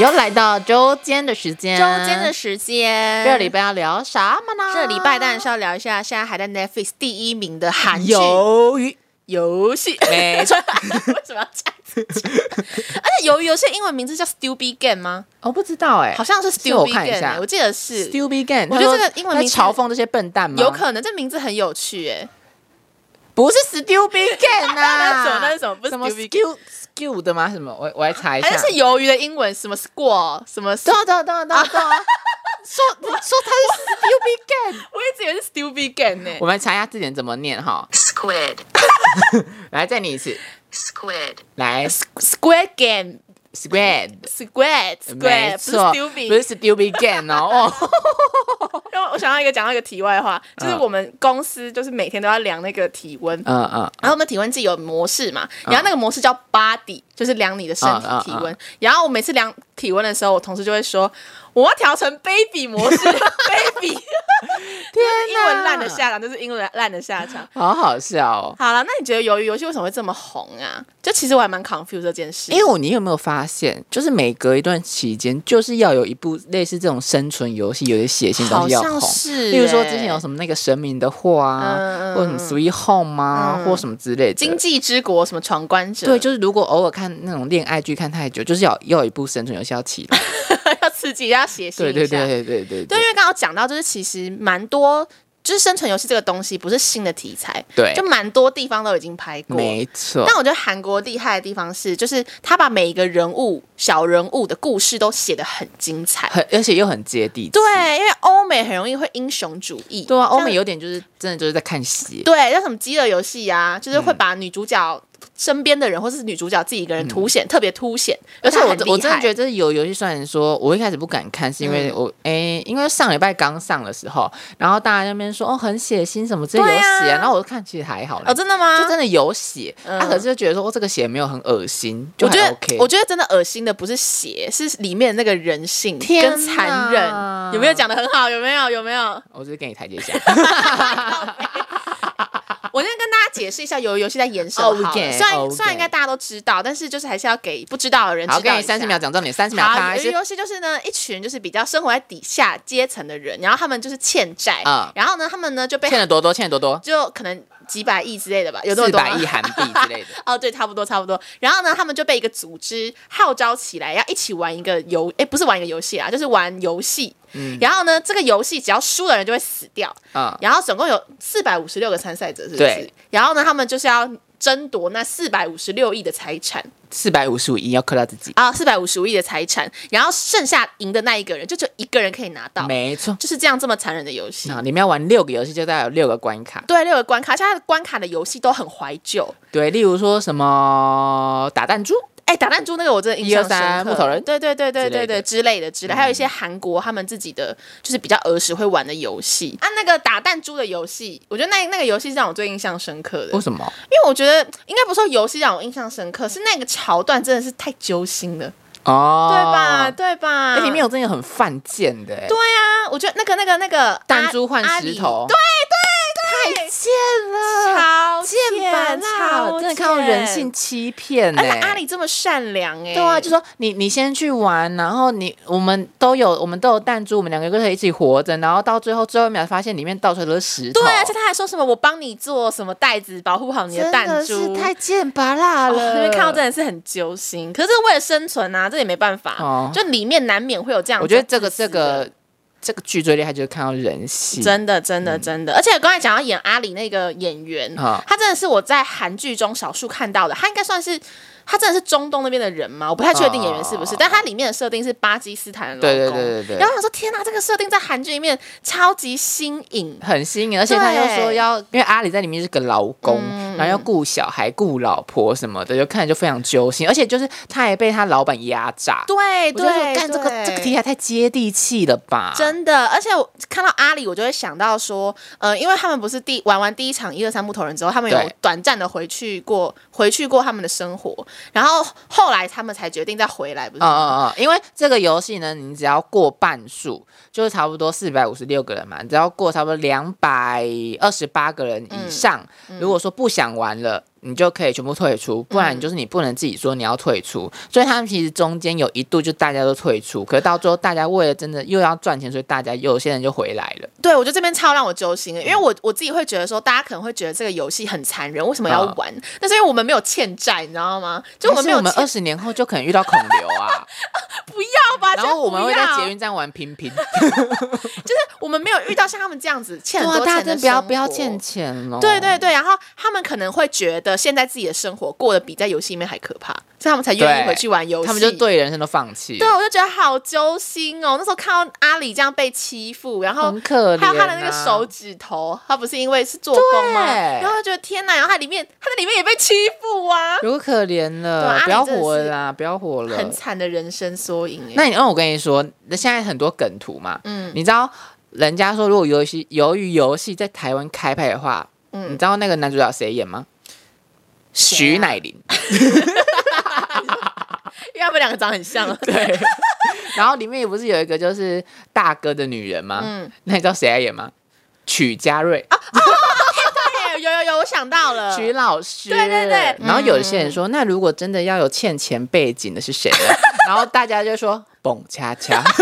又来到周间的时啊间，周间的时间，这礼拜要聊什么呢？这礼拜当然是要聊一下现在还在 Netflix 第一名的韩剧《鱿鱼，游戏》。 没错。 为什么要这样子讲？而且《鱿鱼游戏》英文名字叫 Stupid Game 吗？我不知道哎，好像是这我 Stupid 看一 Game，下欸、我记得是 Stupid Game，我觉他得说这个英文名字在嘲讽这些笨蛋吗？有可能这名字很有趣哎、不是 Stupid Game 那啊？是什么那是什么不是什么 Stupid Skill Skill 的吗？什么？我我来查一好下。像 是鱿鱼的英文什么 squall 什么 s- 对啊对啊对啊对啊对啊！说你 说他是 Stupid Game，我一直以为是 Stupid Game 欸呢、我们来查一下字典怎么念哈。 Squid. 来，再念一次。 Squid. 来 Square Game ，Squid。 Square 没 Square 不是错， Stupid，不是 Stupid Game 哦。哦 因为我想到一个讲到一个题外话，就是嗯我们公司就是每天都要量那个体温，嗯嗯，然后我们体温计有模式嘛，然后那个模式叫 body，就是量你的身体嗯嗯嗯体温。然后我每次量体温的时候，我同事就会说我要调成 baby 模式 ，baby 天英哪，文烂 的下场，就是英文烂的下场。好好笑哦。好了，那你觉得鱿鱼游戏为什么会这么红啊？就其实我还蛮 confused 这件事，因为我你有没有发现，就是每隔一段期间，就是要有一部类似这种生存游戏，有些血腥东好西要像红。是、欸例如说之前有什么那个神明的画啊，嗯嗯或者什么 Sweet Home 啊，嗯或什么之类经的。济之国什么闯关者，对，就是如果偶尔看那种恋爱剧看太久，就是要要有一部生存游戏要 起来。 要刺激，要血腥一下。对对对对对对对，因为刚刚讲到，就是其实蛮多，就是生存游戏这个东西不是新的题材，对就蛮多地方都已经拍过。没错。但我觉得韩国厉害的地方是，就是他把每一个人物、小人物的故事都写得很精彩。很而且又很接地气。对，啊因为欧美很容易会英雄主义，对啊，欧美有有点就是真的就是在看戏。对，像什么饥饿游戏啊，就是嗯会把女主角身边的人，或是女主角自己一个人凸显，特别凸显。而且她我很我厉真的害嗯觉得这是有游戏，虽然说我一开始不敢看，是因为我诶、因为上礼拜刚上的时候，然后大家在那边说哦很血腥什么之类有对血、啊然后我就看其实还好啦哦，真的吗？就真的有血，他、嗯可是就觉得说、哦、这个血没有很恶心，就我觉还得 OK。我觉得真的恶心的不是血，是里面的那个人性天跟残哪忍。有没有讲的很好？有没有？有没有？我只是给你台阶下，我先跟大家解释一下游游戏在演什么好了。 OK，虽然 OK 虽然应该大家都知道，但是就是还是要给不知道的人知 好，道给你一下三十秒。讲重点，三十秒好，开鱿鱼始。游戏就是呢，一群就是比较生活在底下阶层的人，然后他们就是欠债，嗯然后呢，他们呢就被欠了多多，欠了多多，就可能几百亿之类的吧，有这么四多吗百亿韩币之类的。 哦，对，差不多差不多。然后呢，他们就被一个组织号召起来，要一起玩一个游，哎，不是玩一个游戏啦，就是玩游戏。然后呢，这个游戏只要输的人就会死掉。嗯，然后总共有四百五十六个参赛者，是不是对？然后呢，他们就是要争夺那四百五十六亿的财产四百五十五亿要扣到自己，啊，四百五十亿的财产。然后剩下赢的那一个人，就只有一个人可以拿到，没错。就是这样这么残忍的游戏。那你们要玩六个游戏，就大概有六个关卡。对，六个关卡，而且它的关卡的游戏都很怀旧。对，例如说什么打弹珠，哎，打弹珠那个我真的印象深一二刻，三木头人对对对对对对之嗯之类的之类的，还有一些韩国他们自己的就是比较儿时会玩的游戏啊，那个打弹珠的游戏，我觉得那那个游戏是让我最印象深刻的，为什么？因为我觉得应该不是说游戏让我印象深刻，是那个桥段真的是太揪心了，哦，对吧？？对吧？那里面有真的很犯贱的、欸，嗯对啊，我觉得那个那个那个弹阿珠换阿石里头，对对，贱了，超贱吧啦！超我真的看到人性贱，欺骗呢、而且阿里这么善良哎、对啊，就说你你先去玩，然后你我们都有我们都有弹珠，我们两个可以一起活着，然后到最后最后一秒发现里面到处都是石头，对，而且他还说什么我帮你做什么袋子保护好你真弹的珠，是太贱拔辣哦了，那边看到真的是很揪心。可是为了生存啊，这也没办法，哦就里面难免会有这样我子觉自得这个这私的。个这个剧最厉害就是看到人性，真的真嗯的真的，而且刚才讲到演阿里那个演员，啊他真的是我在韩剧中少数看到的，他应该算是。他真的是中东那边的人吗？我不太确定演员是不是，哦但他里面的设定是巴基斯坦的老公。对对对对对然后我想说，天哪，这个设定在韩剧里面超级新颖。很新颖，而且他又说要，因为阿里在里面是个劳工，嗯然后要顾小孩、顾老婆什么的，就看着就非常揪心。而且就是他也被他老板压榨，对我就说对，干这个对这个题材太接地气了吧？真的，而且我看到阿里，我就会想到说，呃，因为他们不是第玩完第一场一二三木头人之后，他们有对短暂的回去过，回去过他们的生活，然后后来他们才决定再回来，不是嗯吗？嗯嗯，因为这个游戏呢，你只要过半数，就是差不多四百五十六个人嘛，你只要过差不多两百二十八个人以上，如果说不想玩了，你就可以全部退出，不然就是你不能自己说你要退出。所以他们其实中间有一度就大家都退出，可是到最后大家为了真的又要赚钱，所以大家有些人就回来了。对，我觉得这边超让我揪心的，因为嗯我我自己会觉得说，大家可能会觉得这个游戏很残忍，为什么要玩？但是因为我们没有欠债，你知道吗？就我嗯但是们没有我们呃欠二十年后就可能遇到孔刘 啊，到吧，然后我们会在捷运，运站玩拼拼。我们没有遇到像他们这样子欠 对很啊，多大家钱的真的不要生不要活欠钱哦。对对对，然后他们可能会觉得现在自己的生活过得比在游戏里面还可怕，所以他们才愿意对回去玩游戏。他们就。对人生都放弃了。对，我就觉得好揪心哦！那时候看到阿里这样被欺负，然后很可怜、啊还有他的那 个手，指头，他不是因为是做工吗？对然后就觉得天哪！然后他里面他在里面也被欺负啊，有可怜对了啊，不要你真的活了是啦，不要活了。很惨的人生缩影哎。那你，那我跟你说，那现在很多梗图嘛，嗯你知道，人家说如果游戏由于游戏在台湾开拍的话，嗯你知道那个男主角谁演吗？谁啊徐乃麟。因为他们两个长很像啊， 对。然后里面也不是有一个就是大哥的女人吗？嗯哦那你知道谁来演吗？曲家瑞，对，哎有有有，我想到了，曲老师。对对对嗯然后有些人说，那如果真的要有欠钱背景的是谁呢？ 然后大家就说蹦恰恰。下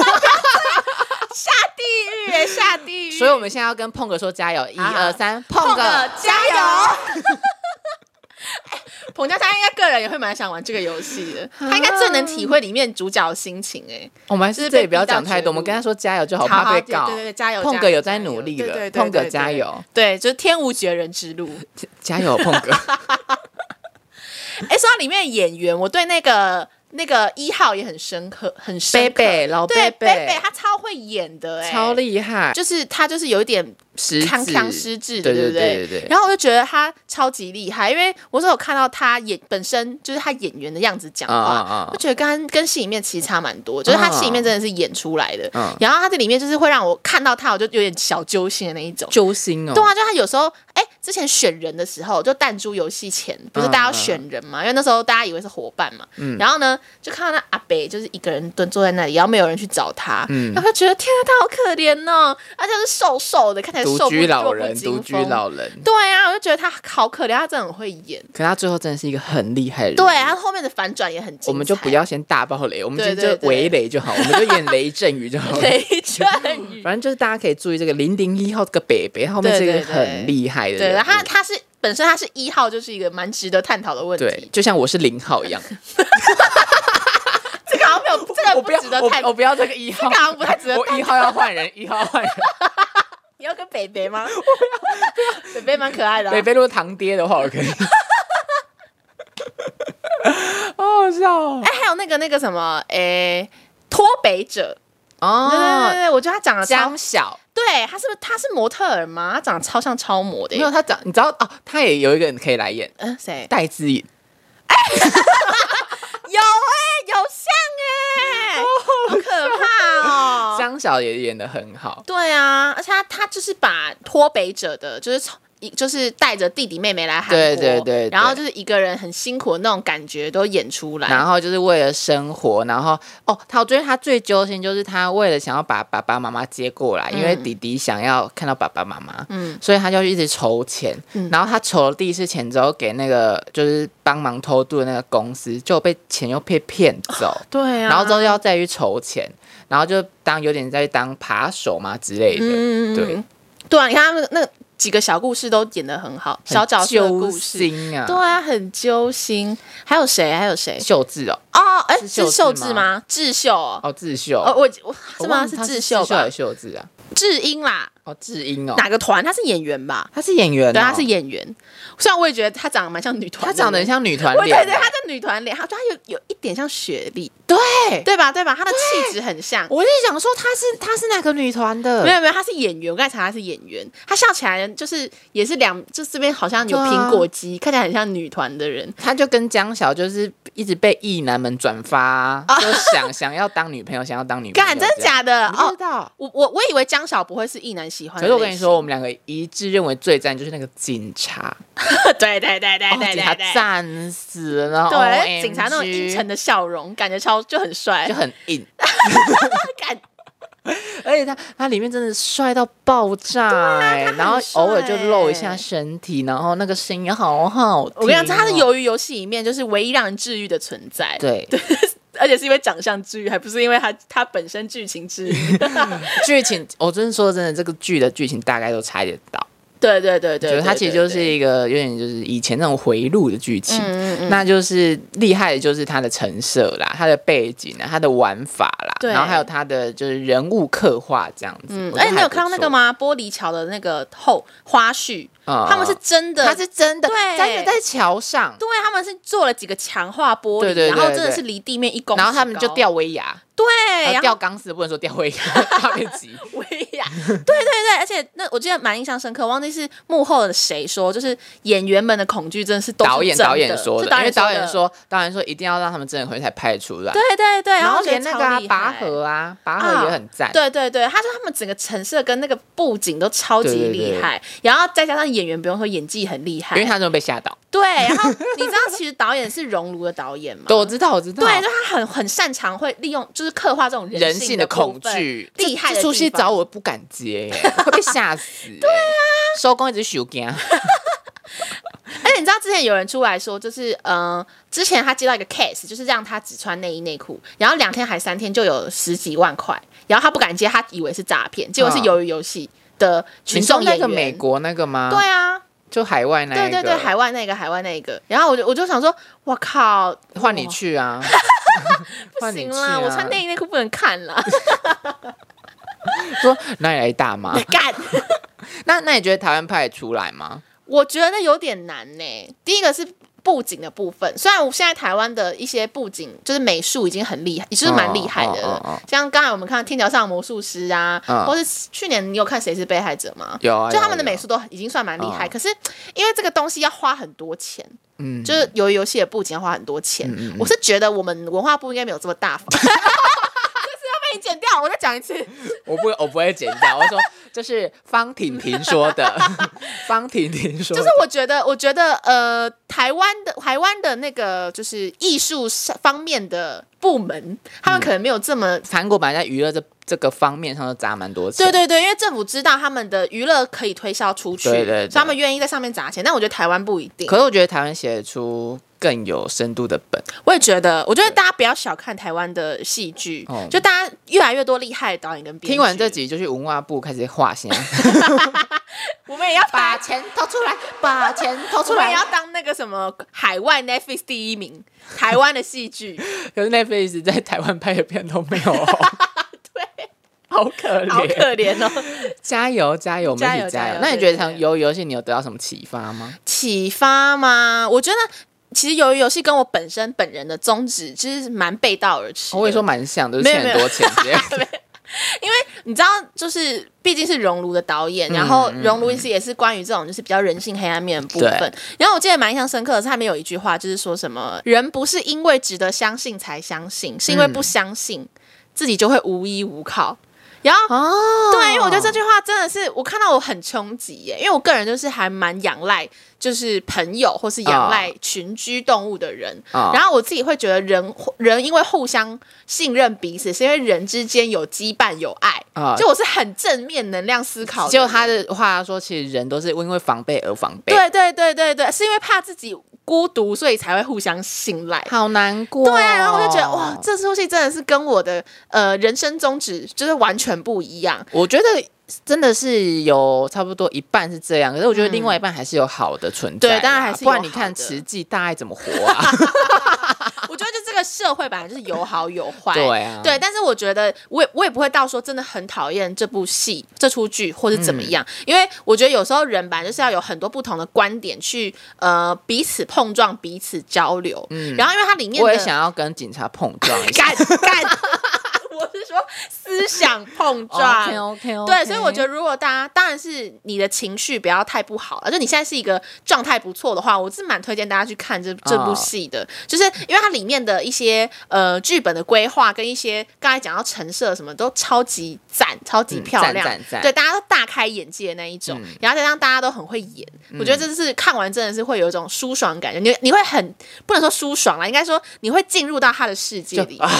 地狱哎，下地狱，所以我们现在要跟碰哥说加油，一好二三，碰哥加油！ 哎彭佳佳应该个人也会蛮想玩这个游戏的，他应该最能体会里面主角的心情哎、我们还是这里不要讲太多，就是被逼到绝路我们跟他说加油就好，好怕被对告对。对，加油！碰加哥油有在努力对了，对对碰哥对对加油，对，就是天无绝人之路。加油，碰哥！ 哎，说到里面的演员，我对那个那个一号也很深刻，很深贝刻。贝，老对贝贝，他超会演的哎，超厉害，就是他就是有一点十康康指失智的，对对不对对对对，然后我就觉得他超级厉害，因为我是有看到他演本身就是他演员的样子讲话，啊我！觉得跟跟戏里面其实差蛮多，就是他戏里面真的是演出来的，嗯然后他这里面就是会让我看到他，我就有点小揪心的那一种。揪心哦，对啊，就他有时候，哎，之前选人的时候，就弹珠游戏前，不是大家要选人嘛？因为那时候大家以为是伙伴嘛。嗯然后呢，就看到那阿北就是一个人蹲坐在那里，然后没有人去找他，嗯然后就觉得天啊，他好可怜哦，而且是瘦瘦的，看起来瘦独不居老弱人不，禁独居风老人，对啊，我就觉得他好可怜，他真的很会演。可他最后真的是一个很厉害的人。对，他后面的反转也很精彩。我们就不要先大爆雷，我们对就对就对围雷就好，我们就演雷阵雨就 好了。雷阵雨。反正就是大家可以注意这个零零一号这个北北，后面是一对个对对很厉害的人物。对，然后他他是本身他是一号，就是一个蛮值得探讨的问对题。，就像我是零号 一样，这个好像没有，这个我不不要值得我探我不要这个一这号个，好像不太值得探我一号要换人，一号要换 人。你要跟北北 吗？北北蛮可爱的啊、北北如果堂爹的话，我可以。好好笑哦！哎，还有那个那个什么，哎，脱北者，对对对哦，对，我觉得他长得超江，小对他是不是他是模特儿吗？他长得超像超模的没有耶。他长，你知道哦，他也有一个人可以来演嗯，谁？戴资颖，有哎、有像哎、好可怕哦！江小也演的很好。 对啊，而且他他就是把脱北者的，就是从。一就是带着弟弟妹妹来韩国，对对对对然后就是一个人很辛苦的那种感觉都演出来，然后就是为了生活，然后哦，他我觉得他最揪心就是他为了想要把爸爸妈妈接过来，因为弟弟想要看到爸爸妈妈，嗯所以他就一直筹钱。然后他筹了第一次钱之后，给那个就是帮忙偷渡的那个公司，就被钱又被骗走，对啊，然后之后要再去筹钱，然后就当有点在当扒手嘛之类的，嗯嗯嗯嗯对，对啊，你看他们那几个小故事都演得很好，小角很色的揪故事，心啊对，啊，很揪心。还有谁？还有谁？秀智哦，哦，哎，是是秀秀智智吗吗？智秀哦，哦智秀，哦，我我我是忘吗？记是他智是秀秀还吧是？秀智啊？智英啦，哦，智英哦，哪个团？她是演员吧？她是演员、哦，对，她是演员。虽然我也觉得她长得蛮像女团，她长得很。像女团对脸，对对，她叫女团脸，她她有有一点像雪莉，对对吧？对吧？她的气质很像。我就想说她是她是哪个女团的？没有没有，她是演员，我刚才查她是演员，她笑起来就是也是两，就这边好像有对啊苹果肌，看起来很像女团的人。她就跟江晓就是一直被异男们转发、就想 想要当女朋友，想要当女朋友，啊干，真的假的？的？你不哦知，道。我我我以为江小不会是异男喜欢可的是我类型。跟你说，我们两个一致认为最赞就是那个警察， 对，对对对哦，对警对察对，赞死了，然后对警察那种 OMG 阴沉的笑容，感觉超就很帅就，很硬， 感而且他他里面真的帅到爆炸、欸，啊很然后偶尔就帅露一下身体，然后那个声音好好听哦、我跟你讲，他的鱿鱼游戏里面就是唯一让人治愈的存在，对而且是因为长相治愈，还不是因为他他本身剧情治 愈。剧情， 我真的说真的，这个剧的剧情大概都猜得到，对对对对就是它其实就是对一个有点就是以前那种回路的剧情。嗯嗯嗯，那就是厉害的，就是它的成色啦，它的背景啊，它的玩法啦，对然后还有它的就是人物刻画这样子。嗯我觉得而且你还有不看到那错个？吗？玻璃桥的那个后花絮，嗯他们是真的，它是真的，对真的在桥上，对他们是做了几个强化玻璃，对对对然后真的对是离地面一公尺然后他们就高，吊威亚，对，呃然吊后钢丝不能说吊威亚， 怕被挤。威亚， 对对对，而且那我记得蛮印象深刻，忘记是幕后的谁说，就是演员们的恐惧真的是都是导演真导演说是的，导因为演导演的，说导演说一定要让他们真的回去才拍得出来。对对对，然然后后连那个啊拔河啊，拔河也很赞。对对对，他说他们整个陈设跟那个布景都超级对对对厉害，然后再加上演员不用说演技很厉害因为，他真的被吓到。对，然后你知道其实导演是熔炉的导演嘛，对，我知道，我知道。对，就他很很擅长会利用就是刻画这种人性性的部恐分惧，厉害这这的出地戏方找我不敢接耶，会被吓死。 对啊，收工一直啊手 干。而且你知道之前有人出来说，就是嗯、呃之前他接到一个 case，就是让他只穿内衣内裤，然后两天还三天就有十几万块，然后他不敢接，他以为是诈骗，结果是嗯鱿鱼游戏的群你说众那演个员。美国那个吗？对，啊，就海外那一对个。对对，海外那个海外那个，然后我就我就想说，我靠，换你哇去啊！不换你行去啦，啊！我穿内衣内裤不能看 啦，说哪里来大妈？干，那那你觉得台湾派出来吗？我觉得有点难呢、第一个是布景的部分，虽然我现在台湾的一些布景就是美术已经很厉害，也就是蛮厉害的了。嗯嗯嗯嗯像刚才我们看《天桥上的魔术师》啊，嗯或是去年你有看《谁是被害者》吗？有啊，就他有们的有美术都已经算蛮厉害，嗯可是因为这个东西要花很多钱，嗯就是由于游戏的布景要花很多钱，嗯嗯嗯我是觉得我们文化部应该没有这么大方。 就是要被你剪掉，我再讲一次。我不我不会剪掉，我说这是方婷婷说 的，方婷婷说的，就是我觉得，我觉得，呃，台湾的台湾的那个就是艺术上方面的部门，他嗯们可能没有这么。韩国本来在娱乐这这个方面上都砸蛮多钱，对对对，因为政府知道他们的娱乐可以推销出去，对对对所以他们愿意在上面砸钱。但我觉得台湾不一定。可是我觉得台湾写出更有深度的本，我也觉得，我觉得大家不要小看台湾的戏剧，哦就大家越来越多厉害的导演跟编剧。听完这，集就去文化部开始画线，我们也要 把钱掏出来，把钱掏我们也要当那个什么海外 Netflix 第一名，台湾的 戏剧， 可是 Netflix 在台湾拍的片都没 有、好可好怜，可怜哦。加油加油，我们加一油起加加油油！那你对觉得对从对游游戏你有得到什么启发吗？启发吗？我觉得其实由于游戏跟我本身本人的宗旨其实蛮背道而驰的。哦我也说蛮像的，就是没有欠很多钱这 样你知道，就是毕竟是熔炉的导嗯演，然后熔炉其实也是关于这种就是比较人性黑暗面的部分对。然后我记得蛮印象深刻的是，他里面有一句话，就是说什么人不是因为值得相信才相信，是因为不相信、自己就会无依无靠。然后嗯哦对，因为我觉得这句话真的是我看到我很冲击耶，因为我个人就是还蛮仰赖就是朋友或是啊仰赖群居动物的人，哦然后我自己会觉得人人因为互相信任彼此，是因为人之间有羁绊有爱，啊就我是很正面能量思考的人，就他的话说，其实人都是因为防备而防备，，对对对对对，是因为怕自己孤独，所以才会互相信赖。好难过、哦对啊，然后我就觉得哇，，这出戏真的是跟我的呃人生宗旨就是完全不一样。我觉得真的是有差不多一半是这样，可是我觉得另外一半还是有好的存在啦、对当然还是有不然你看好的 慈济大爱怎么活啊？我觉得就这个个社会本来就是有好有坏，对啊对。但是我觉得我也我也不会到说真的很讨厌这部戏、这出剧或者怎嗯么样，因为我觉得有时候人本来就是要有很多不同的观点去呃彼此碰撞、彼此交流。然后因为它里面嗯我也的想要跟警察碰撞 一下。干干，我是说思想碰哦撞。 OK 对，所以我觉得得，如果大家当然是你的情绪不要太不好了，就你现在是一个状态不错的话，我是蛮推荐大家去看这这嗯部戏的，就是因为它里面的一些呃剧本的规划跟一些刚才讲到陈设什么都超级赞，超级漂亮，嗯赞赞赞嗯对，大家都大开眼界的那一种，然后再让大家都很会演，我觉得这是看完真的是会有一种舒爽感觉，你你会很不能说舒爽啦，应该说你会进入到他的世界 里就 啊，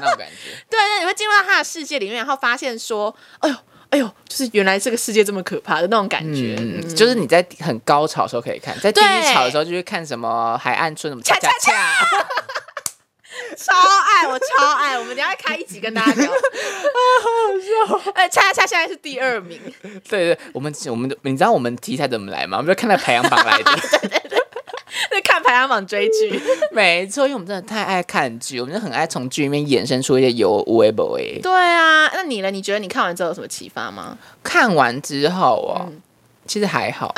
那种感觉，对对，你会进入到他的世界里面，然后发现说，哎呦，哎呦，就是原来这个世界这么可怕的那种感觉。嗯，就是你在很高潮的时候可以看，在低对潮的时候就去看什么海岸村什么恰恰恰恰恰恰，超爱，我超爱，我们等一下开一集跟大家 聊。啊，好笑！ 哎，恰恰恰现在是第二名，对对，我们我们你知道我们题材怎么来吗？我们就看那排行榜来 的。在看排行榜追剧。 没错，因为我们真的太爱看剧，我们就很爱从剧里面衍生出一些有微博诶。 对啊，那你呢？你觉得你看完之后有什么启发吗？看完之后哦，嗯其实还 好，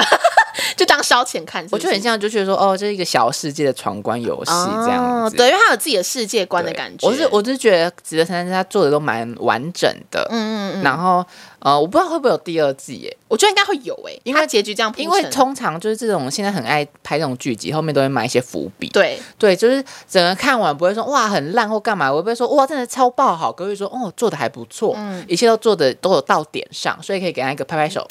就当消遣看是不我是就很像就觉得说，哦，这是一个小世界的闯关游戏这样哦子。对，因为他有自己的世界观对，的感觉。我是我是觉得《值得参加》他做的都蛮完整的，嗯，嗯嗯嗯，然后呃，我不知道会不会有第二季耶，我觉得应该会有诶，因为结局这样铺陈，因为通常就是这种现在很爱拍这种剧集，后面都会埋一些伏笔。对对，就是整个看完不会说哇很烂或干嘛，我不会说哇真的超爆好，各位说哦做的还不错，嗯一切都做的都有到点上，所以可以给他一个拍拍手，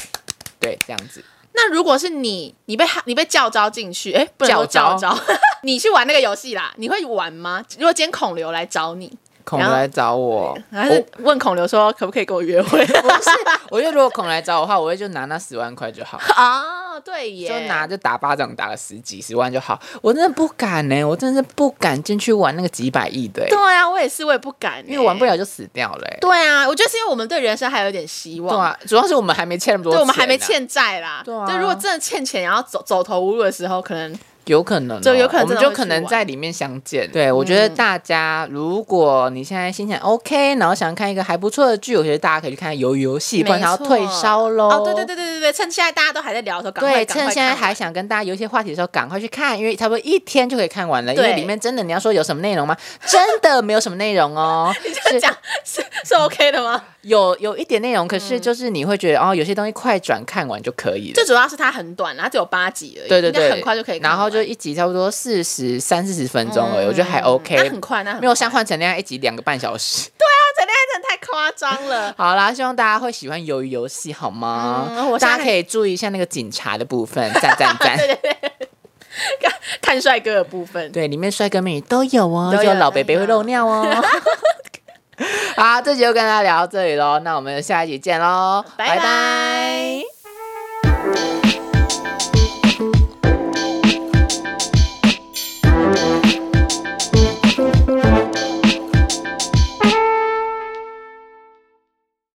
对，这样子。那如果是你，你被你被叫招进去，哎、不能说叫叫招， 你去玩那个游戏啦，你会玩吗？如果今天孔刘来找你，孔刘来找我，然后我问孔刘说可不可以跟我约会？ 我觉得如果孔来找我的话，我会就拿那十万块就好，啊、对耶，就拿就打巴掌打个十几十万就好。我真的不敢呢、我真的是不敢进去玩那个几百亿的、欸对，啊，我也是，我也不敢、因为玩不了。了就死掉了、欸。对啊，我觉得是因为我们对人生还有点希望。对啊，主要是我们还没欠那么多对钱、啊我们还没，欠债啦，对啊如果真的欠钱，然后走走投无路的时候，可能有可能哦、就有可能我们真的就会可去能玩在里面相见。嗯对，我觉得大家，如果你现在心情 OK，然后想看一个还不错的剧，我觉得大家可以去看《游游戏》，不然没它要错退烧喽。哦，对对对对对对，趁现在大家都还在聊的时候，赶快对，赶快趁现在看完还想跟大家有一些话题的时候，赶快去看，因为差不多一天就可以看完了。因对为里面真的，你要说有什么内容吗？ 真的没有什么内容 哦，这样是是 OK 的吗？有有一点内容，可是就是你会觉得、哦，有些东西快转看完就可以了最。主要嗯是它很短啦，它只有八集而已，对对应对，该很快就可以看完。然后就一集差不多四十三四十分钟而已，我觉得还嗯 OK，那很快，那很没有 像换成恋爱一集两个半小时。。快那陈恋爱真的太夸张了 好啦，希望大家会喜欢鱿鱼游戏，好吗？嗯我现在大家可以注意一下那个警察的部分，赞赞赞。 对对对，看看帅哥的部分，对，里面帅哥美女都有哦，都有只老北北会漏尿哦。 好，这集就跟大家聊到这里喽，那我们下一集见喽，拜拜拜